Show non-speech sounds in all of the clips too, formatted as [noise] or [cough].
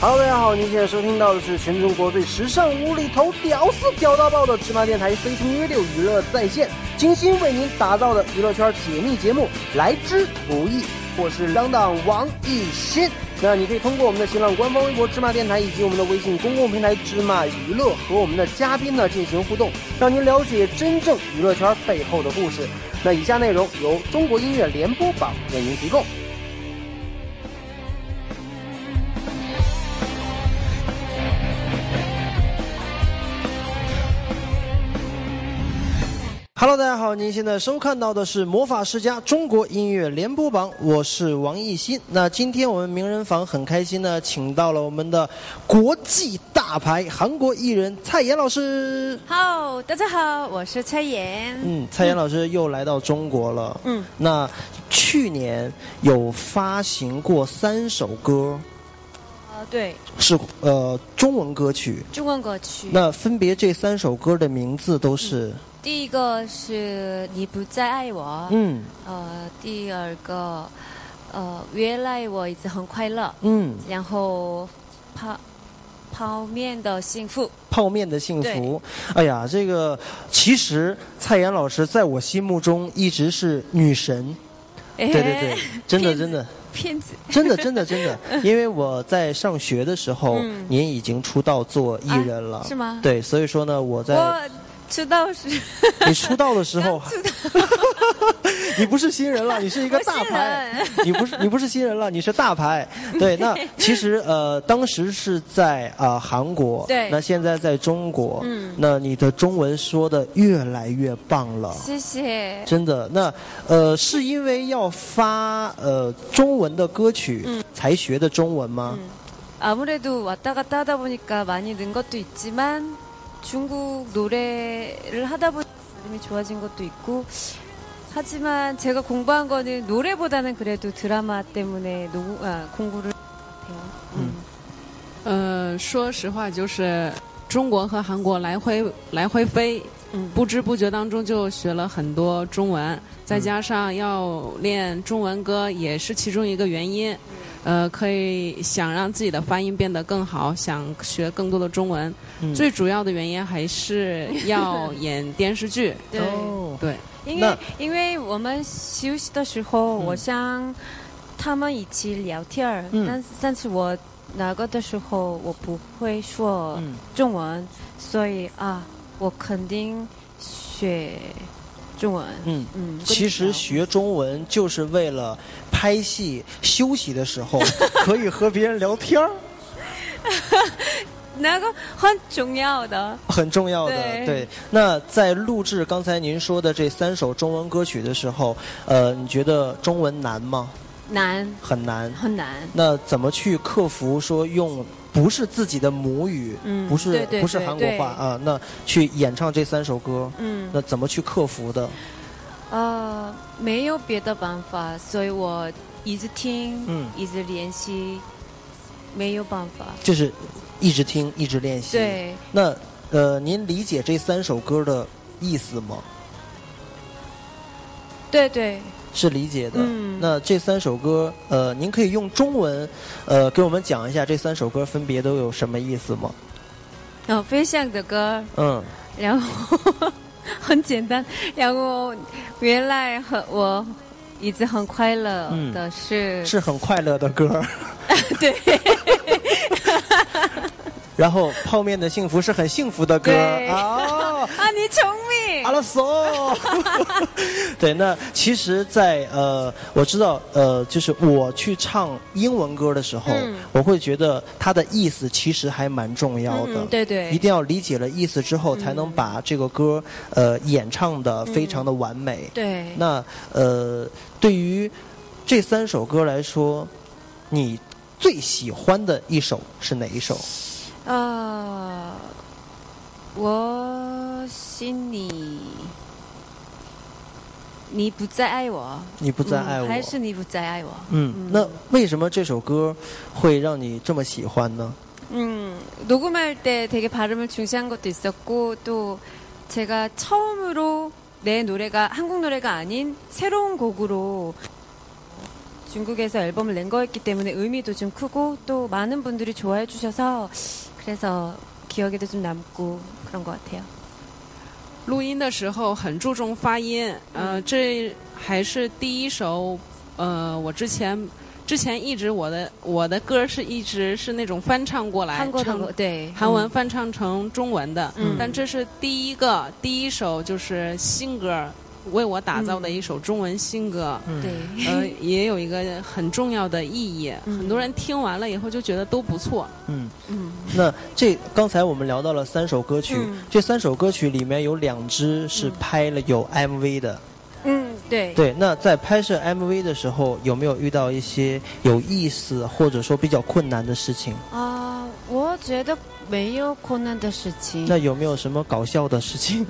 Hello，大家好，您现在收听到的是全中国最时尚、无厘头、屌丝、屌到爆的芝麻电台飞听约六娱乐在线，精心为您打造的娱乐圈解密节目《来之不易》，我是当当王艺新。那你可以通过我们的新浪官方微博芝麻电台以及我们的微信公共平台芝麻娱乐和我们的嘉宾呢进行互动，让您了解真正娱乐圈背后的故事。那以下内容由中国音乐联播榜为您提供。Hello，大家好，您现在收看到的是《魔法世家中国音乐联播榜》，我是王艺新。那今天我们名人坊很开心呢，请到了我们的国际大牌韩国艺人蔡妍老师。 Hello，大家好，我是蔡妍。嗯，蔡妍老师又来到中国了。嗯，那去年有发行过三首歌，呃，对，是呃中文歌曲。中文歌曲。那分别这三首歌的名字都是第一个是你不再爱我，嗯呃，第二个，呃，原来我一直很快乐，嗯然后泡泡面的幸福，泡面的幸福。哎呀，这个其实蔡妍老师在我心目中一直是女神。对对对对，真的哎骗子真的 [laughs] 骗子真的真的真的，[laughs] 因为我在上学的时候，您已经出道做艺人了，嗯啊是吗对，所以说呢，我在我知道是你出道的时候， [laughs] 你不是新人了，你是一个大牌，你不是你不是新人了，你是大牌。对，那其实呃，当时是在啊、呃韩国，对那现在在中国，嗯，那你的中文说的越来越棒了。谢谢。真的，那呃，是因为要发呃中文的歌曲、才学的中文吗？ 아무래도 왔다 갔다 하다 보니까 많이 는 것도 있지만 중국 노래를 하다 보니 발음이 좋아진 것도 있고 하지만 제가 공부한 거는 노래보다는 그래도 드라마 때문에 농- 아, 공부를 해요. 呃，说实话，就是中国和韩国来回来回飞，嗯不知不觉当中就学了很多中文，再加上要练中文歌，也是其中一个原因。呃，可以想让自己的发音变得更好，想学更多的中文。嗯最主要的原因还是要演电视剧。 네. 哦，对，因那为因为我们休息的时候，我想他们一起聊天儿，嗯但是但是我那个的时候我不会说嗯中文，所以啊，我肯定学中文。嗯。嗯，其实学中文就是为了拍戏休息的时 [laughs] 候可以和别人聊天儿，那个很重要的。很重要的。对对，那在录制刚才您说的这三首中文歌曲的时候，呃，你觉得中文难吗？难，很难。很难。那怎么去克服说用不是自己的母语，嗯不是对对不是对韩国对话啊？那去演唱这三首歌，嗯，那怎么去克服的？呃，没有别的办法，所以我一直听，嗯一直练习，没有办法。就是一直听，一直练习。。对，那呃，您理解这三首歌的意思吗？对对。是理解的。嗯那这三首歌，呃，您可以用中文，呃，给我们讲一下这三首歌分别都有什么意思吗？然后哦分享的歌，嗯然后很简单，然后原来和我一直很快乐嗯的是，是很快乐的歌。 [laughs] 对 [laughs] 然后泡面的幸福是很幸福的歌对啊。啊，你聪明阿，拉索， [laughs] 对，那其实在，呃，我知道，呃，就是我去唱英文歌的时候，嗯我会觉得它的意思其实还蛮重要的，嗯，对一对，定要理解了意思之后，才能把这个歌，呃，演唱嗯的非常的完美。对，那呃，对于这三首歌来说，你最喜欢的一首是哪一首？呃，我心里你不再爱我，你不再爱我，嗯还是你不再爱我，嗯，那为什么这首歌会让你这么喜欢呢？ 음, 녹음할 때 되게 발음을 중시한 것도 있었고 또 제가 처음으로 내 노래가 한국 노래가 아닌 새로운 곡으로 중국에서 앨범을 낸 거였기 때문에 의미도 좀 크고 또 많은 분들이 좋아해 주셔서 그래서 기억에도 좀 남고 그런 것 같아요. 录音的时候很注重发音，呃，这还是第一首，呃，我之前之前一直我的我的歌是一直是那种翻唱过来， 한국 唱 어 네. 음. 韩文翻唱成中文的，嗯但这是第一个第一首就是新歌，为我打造的一首中文新歌， 네. 呃，也有一个很重要的意义，嗯很多人听完了以后就觉得都不错，嗯， 음. 那这刚才我们聊到了三首歌曲，嗯这三首歌曲里面有两支是拍了有 MV 的， 음, 네. 对。那在拍摄 MV 的时候，有没有遇到一些有意思或者说比较困难的事情？ 아, 我觉得没有困难的事情。那有没有什么搞笑的事 [laughs] 情？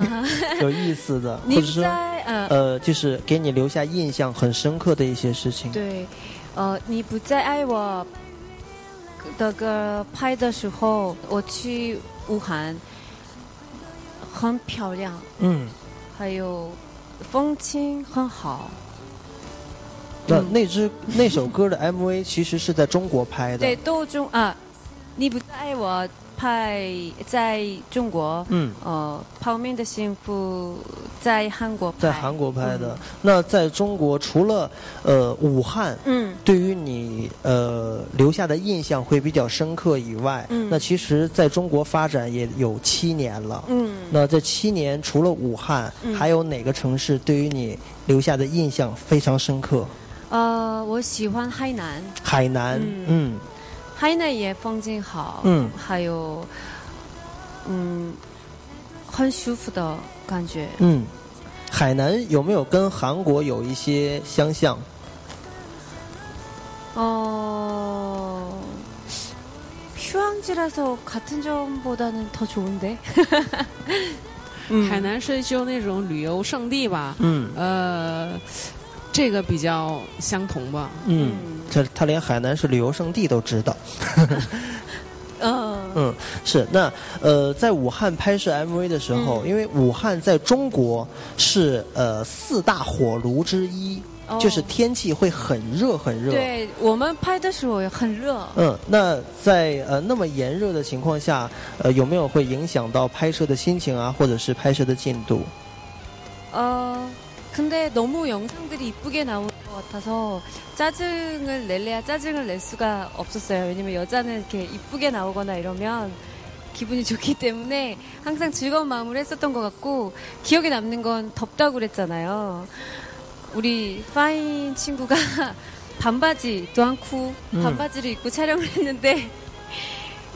有意思的，或者您说在呃呃，就是给你留下印象很深刻的一些事情。对，呃，你不再爱我的歌拍的时候，我去武汉，很漂亮，嗯，还有风情很好。那嗯那支那首歌的 MV 其实是在中国拍的。对，都中啊，你不再爱我拍在中国，嗯，呃，泡面的幸福在韩国拍，在韩国拍嗯的。那在中国，除了呃武汉。嗯，对于你呃留下的印象会比较深刻以外，嗯那其实在中国发展也有七年了。嗯那这七年除了武汉，嗯还有哪个城市对于你留下的印象非常深刻？呃，我喜欢海南，海南，嗯嗯海南也风景好，嗯还有，嗯，很舒服的感觉。嗯，海南有没有跟韩国有一些相像？ 어, 휴양지라서 같은 점보다는 더 좋은데. 嗯海南是就那种旅游胜地吧，嗯呃，这个比较相同吧，嗯， 음. 这他连海南是旅游胜地都知道。 어, 嗯，是那呃，在武汉拍摄 MV 的时候，因为武汉在中国是呃四大火炉之一，哦就是天气会很热很热。对我们拍的时候也很热，嗯，那在呃那么炎热的情况下，呃有没有会影响到拍摄的心情啊，或者是拍摄的进度？ 어, 근데 너무 영상들이 이쁘게 나오는 것 같아서 짜증을 낼래야 짜증을 낼 수가 없었어요. 왜냐면 여자는 이렇게 이쁘게 나오거나 이러면 기분이 좋기 [laughs] 때문에 항상 즐거운 마음으로 했었던 것 같고 기억에 남는 건 덥다고 그랬잖아요. 우리 파인 친구가 [laughs] 반바지 또한쿠 음. 반바지를 입고 촬영을 했는데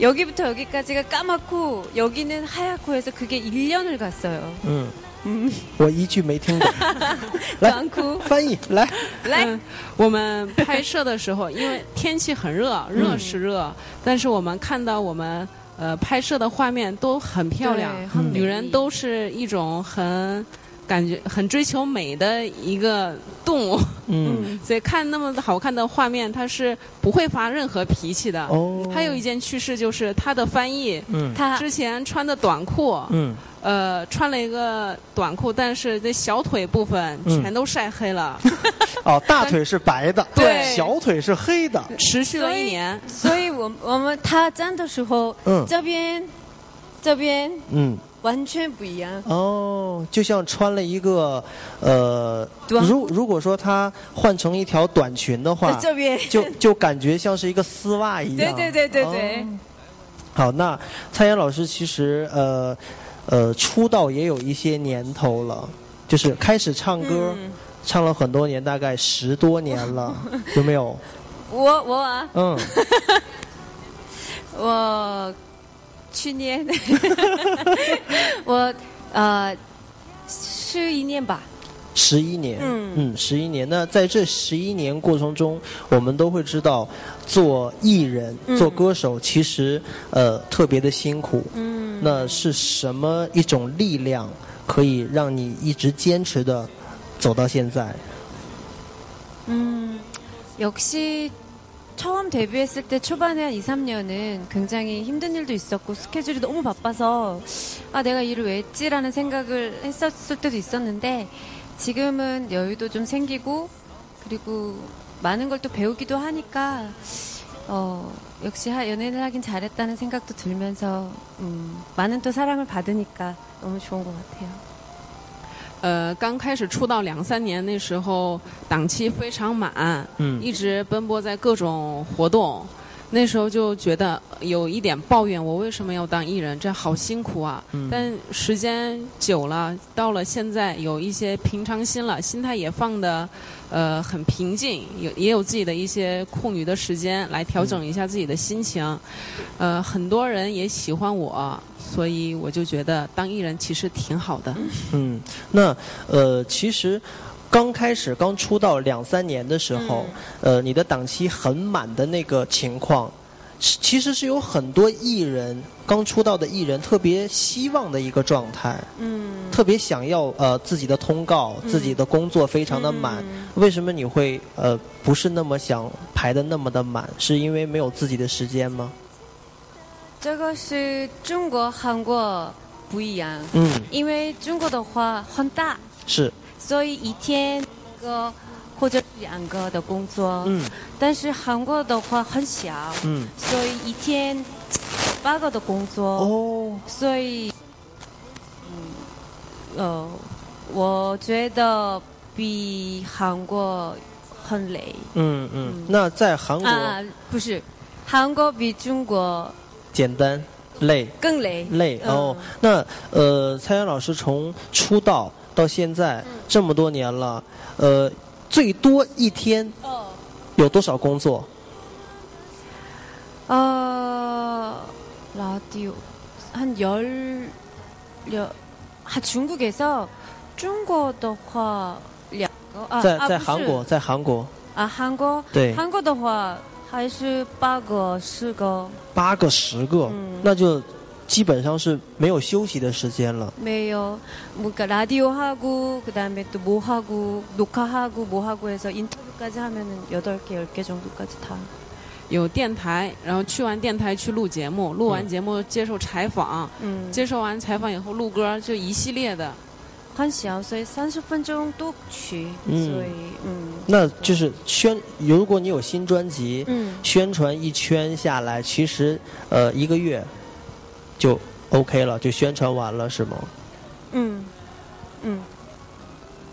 여기부터 여기까지가 까맣고 여기는 하얗고 해서 그게 1년을 갔어요. 嗯我一句没听懂，来 또한쿠 翻译来。来，嗯，我们拍摄的时候，因为天气很热，热嗯是热，但是我们看到我们呃拍摄的画面都很漂亮，对很美女人都是一种很。感觉很追求美的一个 [laughs] 动物，嗯，所以看那么好看的画面，它是不会发任何脾气的。哦还有一件趣事就是它的翻译，嗯他之前穿的短裤，嗯呃，穿了一个短裤，但是这小腿部分嗯全都晒黑了，嗯 [laughs] 哦，大腿是白的，对小腿是黑的。持续了一年。所以我我们他站的时候，嗯这边这边嗯，完全不一样。哦，就像穿了一个，呃，短如如果说它换成一条短裙的话，这边， [laughs] 就就感觉像是一个丝袜一呃对样。对对对对哦。好，那蔡妍老师其实呃呃出道也有一些年头了，就是开始唱歌，嗯唱了很多年，大概十多年 [laughs] 了，有没有？我我啊，嗯，我去年 [laughs] 我呃是一年吧，十一年，嗯嗯，十一年。那在这十一年过程中，我们都会知道，做艺人、做歌手，其实呃特别的辛苦。嗯，那是什么一种力量，可以让你一直坚持的走到现在？ 역시 처음 데뷔했을 때 초반에 한 2, 3년은 굉장히 힘든 일도 있었고 스케줄이 너무 바빠서 아 내가 일을 왜 했지라는 생각을 했었을 때도 있었는데 지금은 여유도 좀 생기고 그리고 많은 걸 또 배우기도 하니까 어, 역시 하- 연애를 하긴 잘했다는 생각도 들면서 음, 많은 또 사랑을 받으니까 너무 좋은 것 같아요. 呃，刚开始出道两三年那时候，档期非常满，嗯一直奔波在各种活动。那时候就觉得有一点抱怨，我为什么要当艺人？这好辛苦啊！但时间久了，到了现在有一些平常心了，心态也放的呃很平静，有也有自己的一些空余的时间来调整一下自己的心情。呃，很多人也喜欢我，所以我就觉得当艺人其实挺好的。嗯，那呃，其实刚开始刚出道两三年的时候，呃，你的档期很满的那个情况，是其实是有很多艺人刚出道的艺人特别希望的一个状态，嗯，特别想要呃自己的通告、自己的工作非常的满。 음, 为什么你会呃不是那么想排的那么的满？是因为没有自己的时间吗？这个是中国韩国不一样嗯，因为中国的话很大是，所以一天一个或者两个的工作嗯但是韩国的话很小嗯，所以一天八个的工作哦，所以嗯呃我觉得比韩国很累嗯嗯，那在韩国、啊不是韩国比中国简单累。更累累嗯哦。那呃，蔡澜老师从出道到现嗯在这么多年了，呃，最多一天哦有多少工作？ 어 라디오 한열 여, 아, 중국에서 중국어화 两个 아, 在 아, 在啊不是韩国，在韩国 아, 한국 对 한국어화 还是八个四个八个十个，嗯那就基本上是没有休息的时间了。 매요 뭔가 라디오 하고 그다음에 또 뭐 하고 녹화하고 뭐 하고 해서 인터뷰까지 하면은 여덟 개, 열 개 정도까지 다. 有电台，然后去完电台去录节目，录完节目接受采访， 음. 接受完采访以后录歌，就一系列的。 한 시간, 所以 30분 정도 취. 음. 所以 음. 那就是宣，如果你有新专辑， 음. 宣传一圈下来，其实呃一个月就 OK 了，就宣传完了是吗？ 응, 응,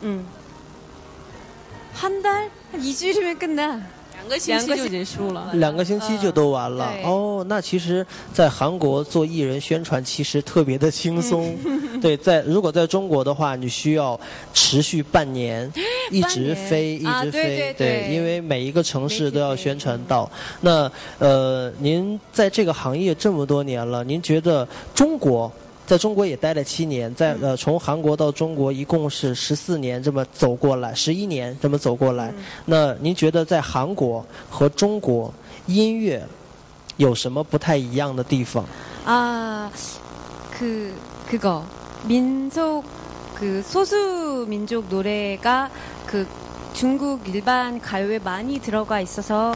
응. 한 달? 한 2주일이면 끝나. 两个星期嗯就结束了。两个星期就都完了、嗯对哦。那其实，在韩国做艺人宣传其实特别的轻松。[laughs] 嗯对，在如果在中国的话，你需要持续半年，一直飞，一啊直对飞、对对因为每一个城市都要宣传到。那呃，您在这个行业这么多年了，您觉得中国？在中国也待了七年，在呃从韩国到中国一共是十四年这么走过来，十一年这么走过来。那您觉得在韩国和中国音乐有什么不太一样的地方？ 아, 그, 그거. 민속, 그, 소수 민족 노래가 그 중국 일반 가요에 많이 들어가 있어서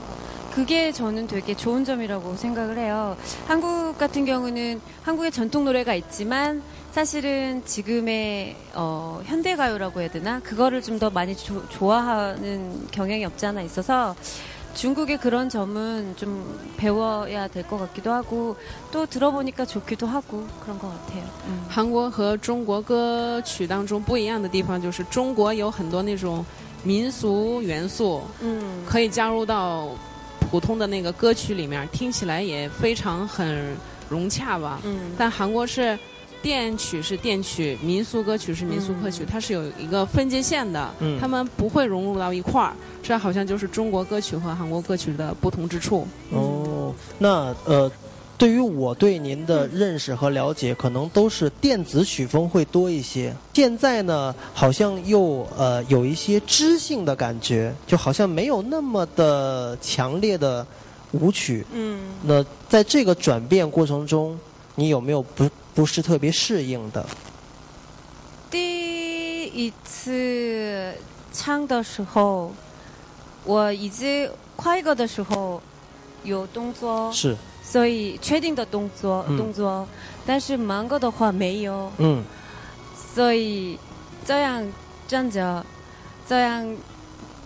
그게 저는 되게 좋은 점이라고 생각을 해요. 한국 같은 경우는 한국의 전통 노래가 있지만 사실은 지금의 어, 현대 가요라고 해야 되나 그거를 좀 더 많이 조- 좋아하는 경향이 없지 않아 있어서 중국의 그런 점은 좀 배워야 될 것 같기도 하고 또 들어보니까 좋기도 하고 그런 것 같아요. 음. 韩国和中国歌曲当中不一样的地方就是，中国有很多那种民俗元素， 음. 可以加入到普通的那个歌曲里面，听起来也非常很融洽吧。 음. 但韩国是电曲是电曲，民俗歌曲是民俗歌曲，它是有一个分界线的，嗯他们不会融入到一块儿。这好像就是中国歌曲和韩国歌曲的不同之处。哦，那呃，对于我对您的认识和了解，可能都是电子曲风会多一些。现在呢，好像又呃有一些知性的感觉，就好像没有那么的强烈的舞曲。 음. 那在这个转变过程中，你有没有不不是特别适应的？第一次唱的时候，我已经快歌的时候有动作，是，所以确定的动作、嗯动作，但是慢歌的话没有，嗯，哦所以这样站着，这样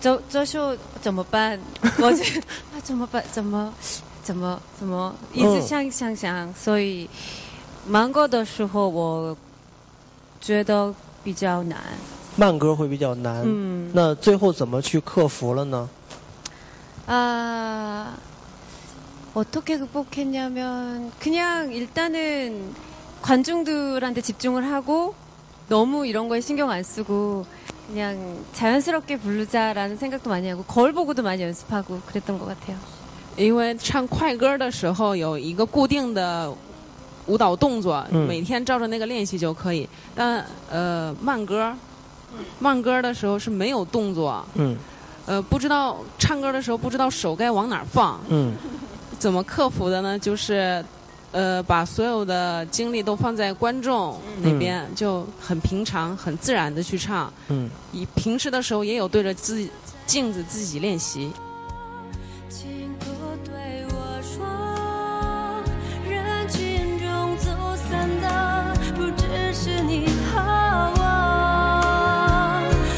周周秀怎么办？我就啊怎么办？怎么怎么怎么一直想想想，所以忙过的时候我觉得比较难。慢歌会比较难。嗯那最后怎么去克服了呢？ 아 어떻게 극복했냐면 그냥 일단은 관중들한테 집중을 하고 너무 이런 거에 신경 안 쓰고 그냥 자연스럽게 부르자라는 생각도 많이 하고 거울 보고도 많이 연습하고 그랬던 것 같아요. 因为唱快歌的时候有一个固定的舞蹈动作，嗯每天照着那个练习就可以。但呃，慢歌，慢歌的时候是没有动作，嗯呃，不知道唱歌的时候不知道手该往哪儿放，嗯怎么克服的呢？就是呃，把所有的精力都放在观众那边，就很平常、很自然的去唱。嗯，以平时的时候也有对着自己镜子自己练习。请不对我说，人群中走散的不只是你和我。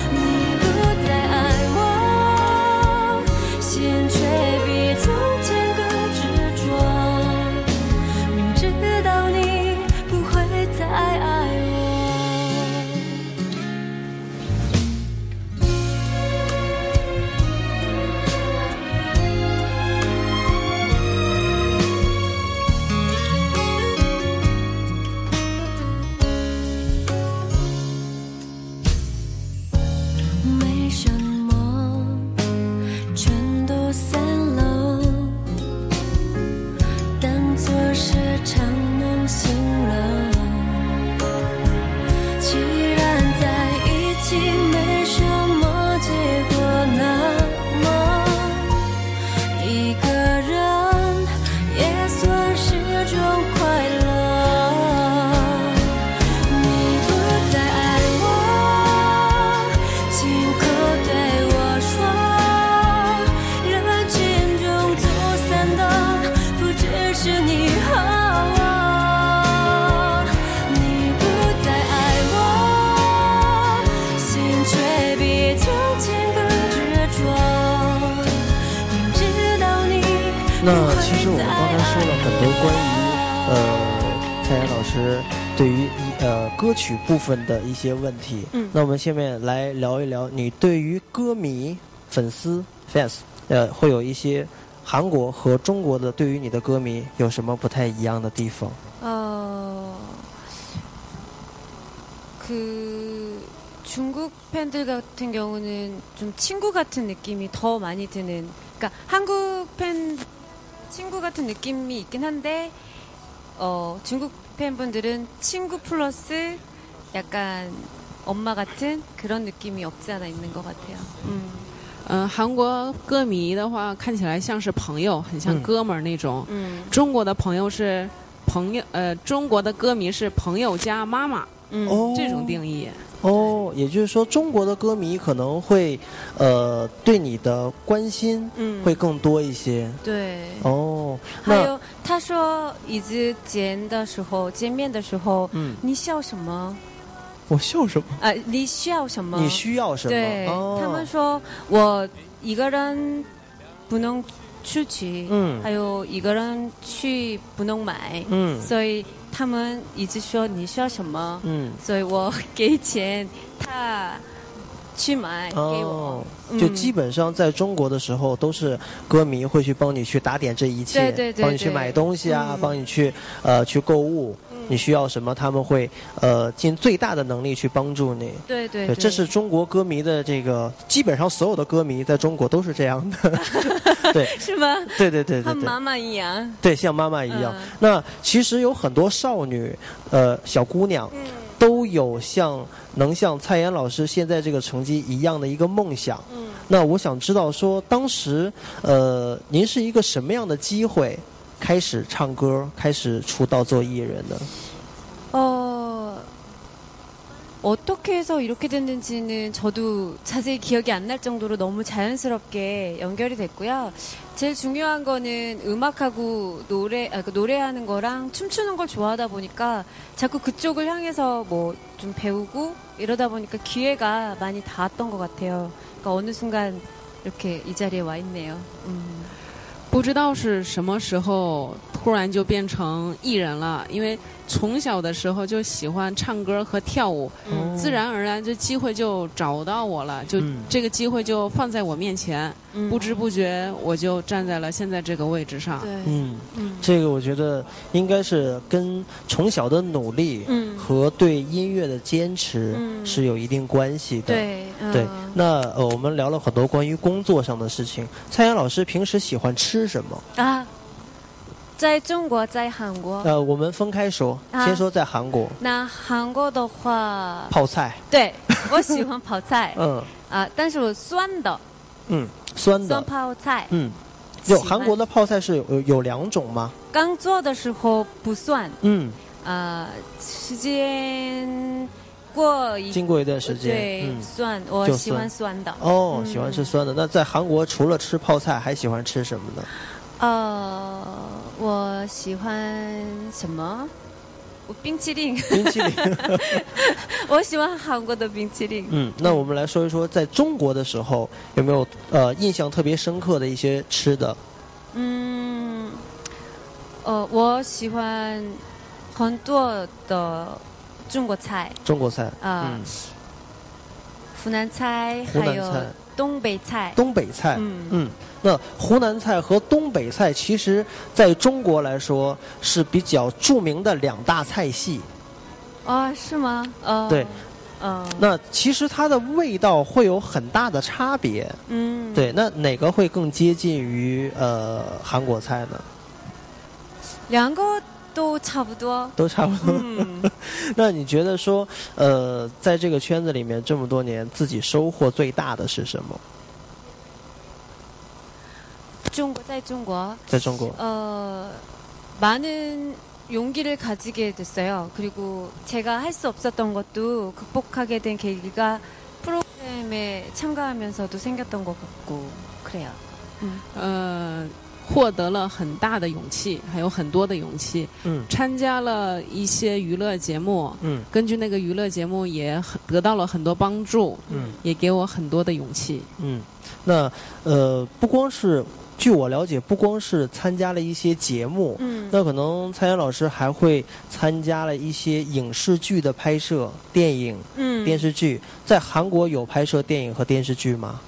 你不再爱我，线却比从前更执着。明知道你不会再爱我。为什么全都散了？当作是场梦醒了。既然在一起没什么结果，那么一个人也算是种快乐。你不再爱我，请可对我说，人群中走散的不只是你和我。你不再爱我，心却比从前更执着，明知道你不那会其实我们再刚才说了爱很多关于我呃蔡妍老师对于一呃歌曲部分的一些问题。嗯，那我们下面来聊一聊你对于歌迷、粉丝 fans 呃会有一些韩国和中国的对于你的歌迷有什么不太一样的地方？ 어, 그 중국 팬들 같은 경우는 좀 친구 같은 느낌이 더 많이 드는, 그러니까 한국 팬 친구 같은 느낌이 있긴 한데, 어, 중국 팬분들은 친구 플러스 약간 엄마 같은 그런 느낌이 없지 않아 있는 것 같아요. 음, 嗯、韩国歌迷的话看起来像是朋友，很像嗯哥们儿那种。 음, 中国的朋友是朋友，呃，中国的歌迷是朋友加妈妈 음. 哦，这种定义。哦，也就是说，中国的歌迷可能会，呃，对你的关心 음, 会更多一些。 네. 哦，嗯还那有他说椅子见的时候，见面的时候，嗯，你笑什么？我笑什么？啊，你需要什么？你需要什么？对、哦、他们说，我一个人不能出去，嗯还有一个人去不能买，嗯所以他们一直说你需要什么，嗯所以我给钱他去买、哎给我嗯哦，，就基本上在中国的时候，都是歌迷会去帮你去打点这一切，对对对嗯帮你去对买东西啊，帮你去呃去购物，嗯你需要什么，他们会呃尽最大的能力去帮助你。对对对，对，这是中国歌迷的这个，基本上所有的歌迷在中国都是这样的。对，是吗？ [laughs] 对对对对和对妈，妈一样，对像妈妈一样。嗯那其实有很多少女，呃，小姑娘，嗯都有像能像蔡妍老师现在这个成绩一样的一个梦想。嗯那我想知道说，当时呃，您是一个什么样的机会开始唱歌，开始出道做艺人的？ 어, 어떻게 해서 이렇게 됐는지는 저도 자세히 기억이 안 날 정도로 너무 자연스럽게 연결이 됐고요. 제일 중요한 거는 음악하고 노래, 아, 그 노래하는 거랑 춤추는 걸 좋아하다 보니까 자꾸 그쪽을 향해서 뭐 좀 배우고 이러다 보니까 기회가 많이 닿았던 것 같아요. 그러니까 어느 순간 이렇게 이 자리에 와 있네요. 음. 不知道是什么时候突然就变成艺人了，因为从小的时候就喜欢唱歌和跳舞，嗯自然而然就机会就找到我了，就、嗯这个机会就放在我面前，嗯不知不觉我就站在了现在这个位置上。对，嗯，嗯这个我觉得应该是跟从小的努力嗯和对音乐的坚持嗯是有一定关系的。对对嗯，那呃，我们聊了很多关于工作上的事情。蔡阳老师平时喜欢吃什么？啊，在中国，在韩国，呃，我们分开说，哦啊先说在韩国那韩国 [laughs] 的话，泡菜，对我喜欢泡菜 [laughs] 嗯啊，但是我酸的嗯，酸的，酸泡菜，嗯，有喜欢韩国的泡菜是有有有两种吗？刚做的时候不酸嗯，啊，时间过一经过一段时间，对嗯，酸，我就喜欢酸的，哦，嗯喜欢吃酸的。那在韩国除了吃泡菜，还喜欢吃什么呢？呃，我喜欢什么？我冰淇淋，冰淇淋。 [laughs] 我喜欢韩国的冰淇淋。嗯，那我们来说一说，在中国的时候有没有呃印象特别深刻的一些吃的？嗯，呃，我喜欢很多的中国菜中国菜，啊、嗯，湖南菜，湖还南有菜东北菜。东北菜，嗯嗯，那湖南菜和东北菜其实在中国来说是比较著名的两大菜系。哦，是吗？哦，对，哦，那其实它的味道会有很大的差别。嗯，，对，那哪个会更接近于呃韩国菜呢？两个都差不多。都差不多。嗯， [laughs] 那你觉得说，呃，在这个圈子里面这么多年，自己收获最大的是什么？中国在中国。在中国， 어 많은 용기를 가지게 됐어요. 그리고 제가 할 수 없었던 것도 극복하게 된 계기가 프로그램에 참가하면서도 생겼던 것 같고 그래요. 呃，获得了很大的勇气，还有很多的勇气，嗯参加了一些娱乐节目，嗯根据那个娱乐节目也很得到了很多帮助，嗯也给我很多的勇气。嗯。那呃，不光是，据我了解，不光是参加了一些节目， 음. 那可能蔡妍老师还会参加了一些影视剧的拍摄，电影、 음. 电视剧。在韩国有拍摄电影和电视剧吗？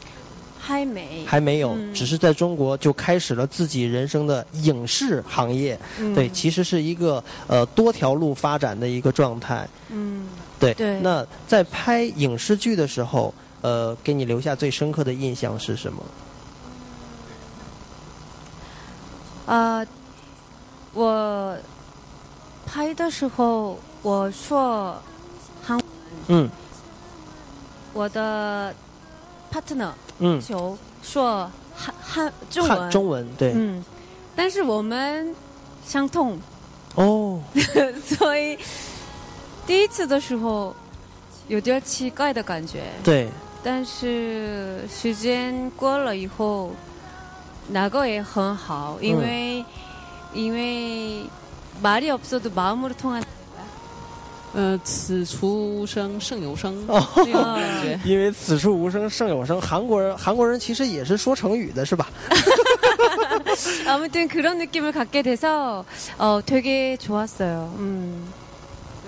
하이메이. 还没有，嗯只是在中国就开始了自己人生的影视行业。 음. 对，其实是一个呃多条路发展的一个状态。 음. 对，嗯对那在拍影视剧的时候，呃，给你留下最深刻的印象是什么？ 아, 我拍的时候我说我的嗯 partner 嗯，求说汉汉中看文中文对、嗯，但是我们相同，哦，所以第一次的时候有点奇怪的感觉。 [laughs] 对，但是时间过了以后，那个也很好，因为、因为말이없어도마음으로통하는 呃，此处无声胜有声哦那种感觉。因为此处无声胜有声，韩国人韩国人其实也是说成语的是吧？ 아무튼 그런 느낌을 갖게 돼서 어, 되게 좋았어요. 음.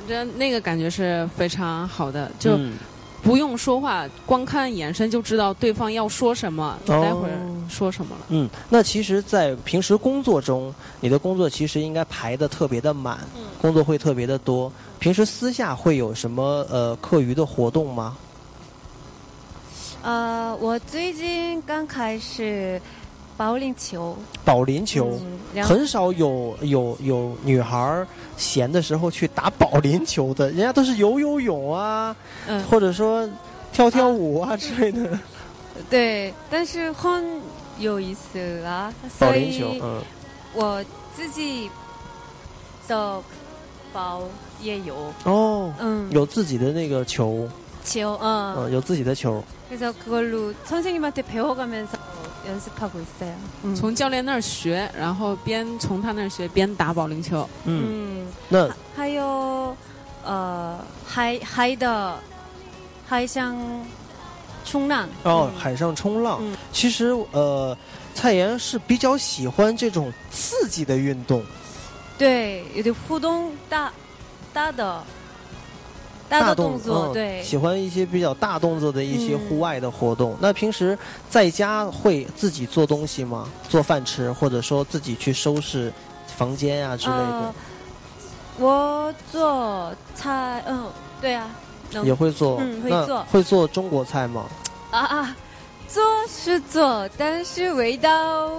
真那个感觉是非常好的，就嗯不用说话，光看眼神就知道对方要说什么，哦待会儿说什么了。嗯，那其实，在平时工作中，你的工作其实应该排的特别的满，嗯工作会特别的多。平时私下会有什么呃课余的活动吗？呃， 아， 我最近刚开始保龄球，保龄球。嗯然后很少有有有女孩儿闲的时候去打保龄球的，人家都是游游泳啊，嗯或者说跳跳舞啊之类的。对，但是很有意思啊，保所龄球，以嗯，我自己的包也有，哦，嗯，有自己的那个球， 지어, 어. 嗯，有自己的球， 그래서 그걸로 선생님한테 배워가면서 연습하고 있어요. 음. 从教练那儿学，然后边从他那儿学边打保龄球。嗯， 음. 那 하여 어 하이 하이더 하이샹 冲浪，哦，海上冲浪，嗯其实呃，蔡妍是比较喜欢这种刺激的运动，对，有点互动大大的大大的动动作，嗯对，喜欢一些比较大动作的一些嗯户外的活动。那平时在家会自己做东西吗？做饭吃，或者说自己去收拾房间啊之类的呃，，我做菜，嗯，对啊，能也会做。嗯会那做会做中国菜吗？啊啊，做是做，但是味道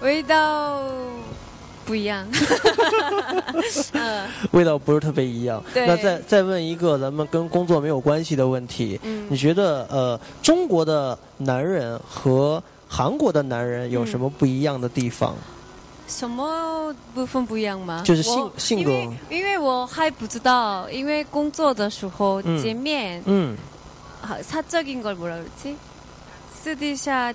味道不一 [laughs] 样。嗯味道不是特别一样。对那再再问一个咱们跟工作没有关系的问题，嗯你觉得呃，中国的男人和韩国的男人有什么不一样的地方？什么部分不一样吗？就是性我性因格为因为我还不知道，因为工作的时候嗯见面，嗯，啊사적인걸뭐라그러지私底下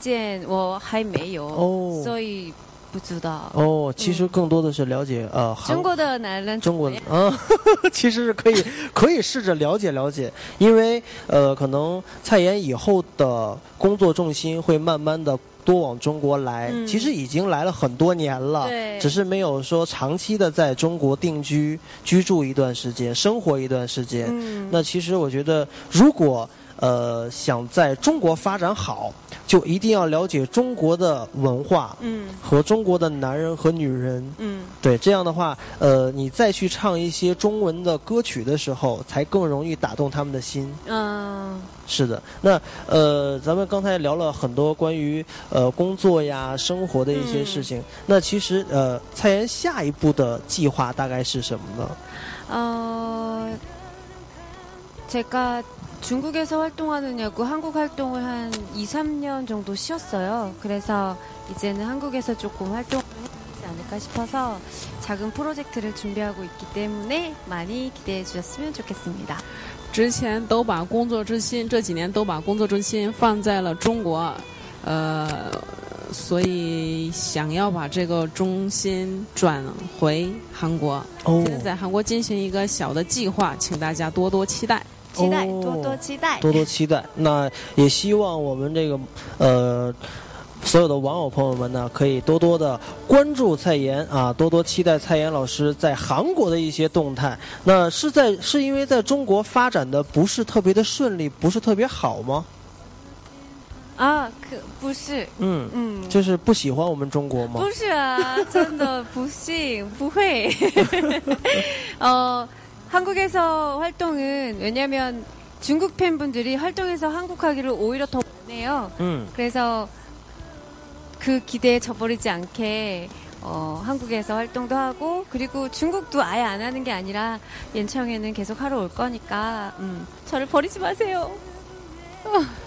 见我还没有，哦所以不知道。哦，其实更多的是了解呃，韩嗯中国的男人中国啊， [laughs] 其实是可以可以试着了解了解，因为呃，可能蔡妍以后的工作重心会慢慢的多往中国来，嗯其实已经来了很多年了，对只是没有说长期的在中国定居居住一段时间，生活一段时间。嗯那其实我觉得，如果呃想在中国发展好，就一定要了解中国的文化嗯和中国的男人和女人。嗯对，这样的话，呃，你再去唱一些中文的歌曲的时候，才更容易打动他们的心。嗯是的，那呃，咱们刚才聊了很多关于呃工作呀、生活的一些事情。那其实呃，蔡妍下一步的计划大概是什么呢？ 어 제가 중국에서 활동하느냐고 한국 활동을 한 2, 3년 정도 쉬었어요. 그래서 이제는 한국에서 조금 활동을 하지 않을까 싶어서 작은 프로젝트를 준비하고 있기 때문에 많이 기대해 주셨으면 좋겠습니다. 之前都把工作之心，这几年都把工作之心放在了中国，呃，所以想要把这个中心转回韩国。哦现在在韩国进行一个小的计划，请大家多多期待。 기대, 오. 또또 기대. 多多期待。那也希望我们这个呃。所有的网友朋友们呢，可以多多的关注蔡妍啊，多多期待蔡妍老师在韩国的一些动态。那是在是因为在中国发展的不是特别的顺利，不是特别好吗？ 아, 그, 不是,嗯， 음. 就是不喜欢我们中国吗？不是啊，真的不行，不会。어, 한국에서 활동은 왜냐면 중국 팬분들이 활동에서 한국하기를 오히려 더 원해요. 嗯， 그래서 그 기대에 져버리지 않게 어, 한국에서 활동도 하고 그리고 중국도 아예 안 하는 게 아니라 연청에는 계속 하러 올 거니까 음, 저를 버리지 마세요.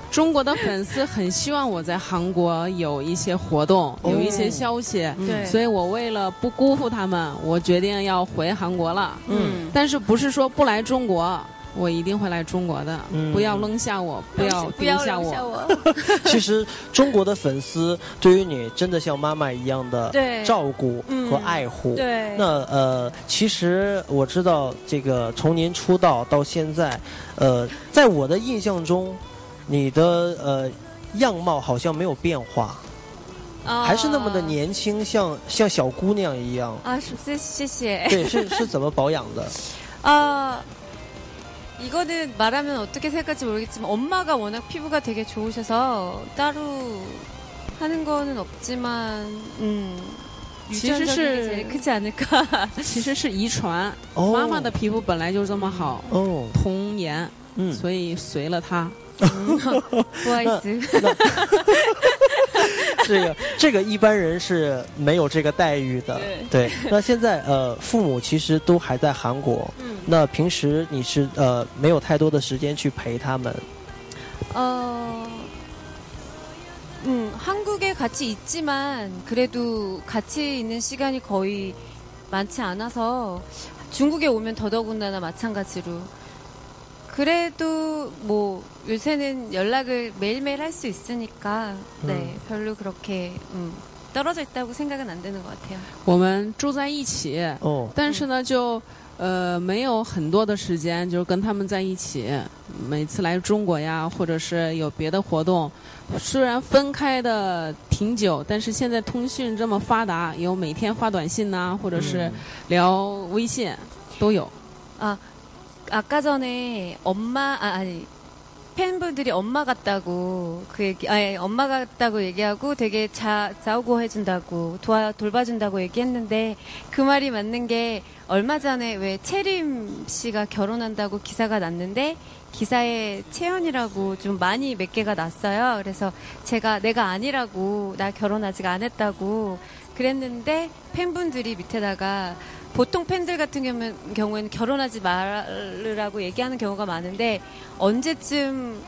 中国的粉丝很希望我在韩国有一些活动，有一些消息，对所以我为了不辜负他们，我决定要回韩国了。嗯，但是不是说不来中国，我一定会来中国的。嗯不要扔下我，不要不丢要下留我。下我。其实中国的粉丝对于你真的像妈妈一样的对照顾嗯和爱护。对，那呃，其实我知道这个从您出道到现在，呃，在我的印象中，你的呃样貌好像没有变化，啊还是那么的年轻，像像小姑娘一样。啊，是谢谢谢。对，是是怎么保养的？ 아 이거는 말하면 어떻게 생각할지 모르겠지만 엄마가 워낙 피부가 되게 좋으셔서 따로 하는 거는 없지만 음 지수 유전적인 게 씨. 제일 크지 않을까 [laughs] 其实是遗传，哦，妈妈的皮肤本来就这么好，哦，童颜，嗯， [laughs] 所以随了她。 보아이스 这个这个一般人是没有这个待遇 아, 的。 네. 对，那现在呃，父母其实都还在韩国，嗯，那平时你是呃没有太多的时间去陪他们。 어, 음, 한국에 같이 있지만 그래도 같이 있는 시간이 거의 많지 않아서 중국에 오면 더더군다나 마찬가지로 그래도 뭐 요새는 연락을 매일매일 할 수 있으니까 네 음. 별로 그렇게 음, 떨어져 있다고 생각은 안 되는 것 같아요. 我们住在一起，哦，但是呢，就呃，没有很多的时间，就是跟他们在一起。每次来中国呀，或者是有别的活动，虽然分开的挺久，但是现在通讯这么发达，有每天发短信呐、或者是聊微信，都有。 아, 아까 전에 엄마, 아, 아니, 팬분들이 엄마 같다고 그 얘기, 아니, 엄마 같다고 얘기하고 되게 자, 자우고 해준다고 도와, 돌봐준다고 얘기했는데 그 말이 맞는 게 얼마 전에 왜 채림 씨가 결혼한다고 기사가 났는데 기사에 채연이라고 좀 많이 몇 개가 났어요. 그래서 제가 내가 아니라고 나 결혼 아직 안 했다고 그랬는데 팬분들이 밑에다가 보통 팬들 같은 경우는, 경우에는 결혼하지 말으라고 얘기하는 경우가 많은데 언제쯤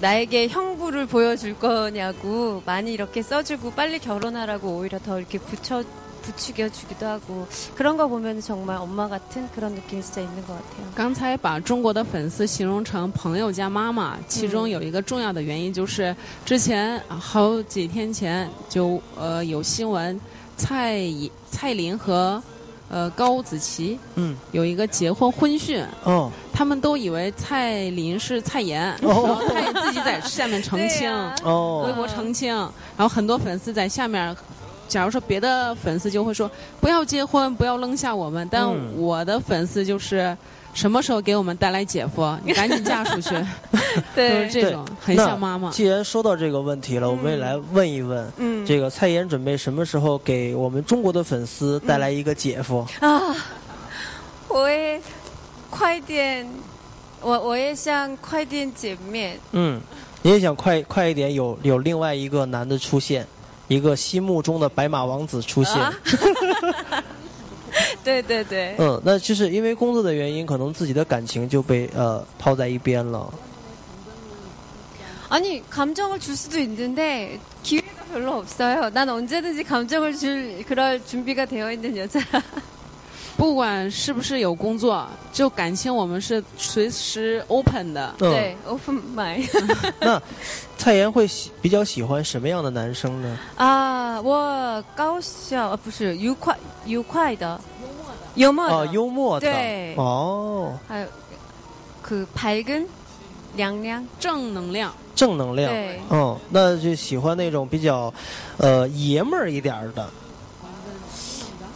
나에게 형부를 보여줄 거냐고 많이 이렇게 써주고 빨리 결혼하라고 오히려 더 이렇게 붙여 부추겨 주기도 하고 그런 거 보면 정말 엄마 같은 그런 느낌이 진짜 있는 것 같아요. 刚才把中国的粉丝形容成朋友加妈妈，其中有一个重要的原因就是，之前好几天前就呃有新闻，蔡依蔡琳和呃高子淇嗯有一个结婚婚讯，哦，他们都以为蔡琳是蔡妍，然 [laughs] 后哦蔡妍自己在下面澄 [laughs] 清， 어, 微哦，博澄清，然后很多粉丝在下面。假如说别的粉丝就会说不要结婚，不要扔下我们，但嗯我的粉丝就是什么时候给我们带来姐 [laughs] 夫，你赶紧嫁出去，都是 네. 这种很像妈妈。既然说到这个问题了，我们也来问一问，嗯这个蔡妍准备什么时候给我们中国的粉丝嗯带来一个姐 [laughs] 夫？啊，我也快点，我我也想快点见面。嗯，你也想快快一点有有另外一个男的出现，一个心目中的白马王子出现。啊对对对，嗯，那就是因为工作的原因，可能自己的感情就被呃抛在一边了。 아니 감정을 줄 수도 있는데 기회가 별로 없어요. 난 언제든지 감정을 줄 그럴 준비가 되어 있는 여자. 不管是不是有工作，就感情我们是随时 open 的。嗯，对，open mind。那蔡妍会喜比较喜欢什么样的男生 [laughs] 呢？啊，我高效，呃，不是愉快，愉快的，幽默啊，的，幽默的。对哦，还有 네. 아, 그밝은凉凉，正能量，正能量。对，嗯，那就喜欢那种比较，呃，爷们儿一点儿的，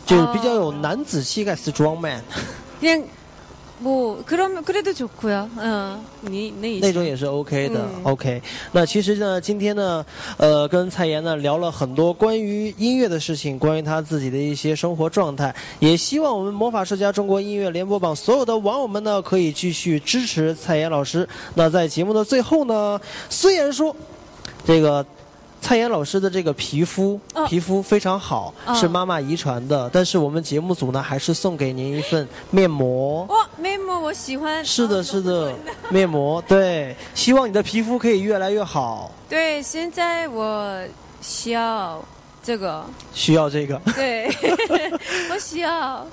就是比较哦有男子气概，strong man 그냥 뭐 그러면 그래도 좋고요. 어. 你那那种也是 OK 的、嗯 OK，那其实呢，今天呢，呃，跟蔡妍呢聊了很多关于音乐的事情，关于她自己的一些生活状态，也希望我们魔法世家中国音乐联播榜所有的网友们呢，可以继续支持蔡妍老师。那在节目的最后呢，虽然说这个。蔡妍老师的这个皮肤，哦皮肤非常好，哦是妈妈遗传的。但是我们节目组呢，还是送给您一份面膜。哇，面膜我喜欢。是的，是的，面膜对，希望你的皮肤可以越来越好。对，现在我需要这个，需要这个对， [laughs] 我需要。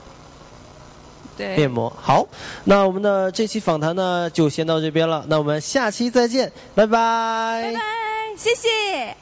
对，面膜。好，那我们的这期访谈呢，就先到这边了。那我们下期再见，拜拜拜拜，谢谢。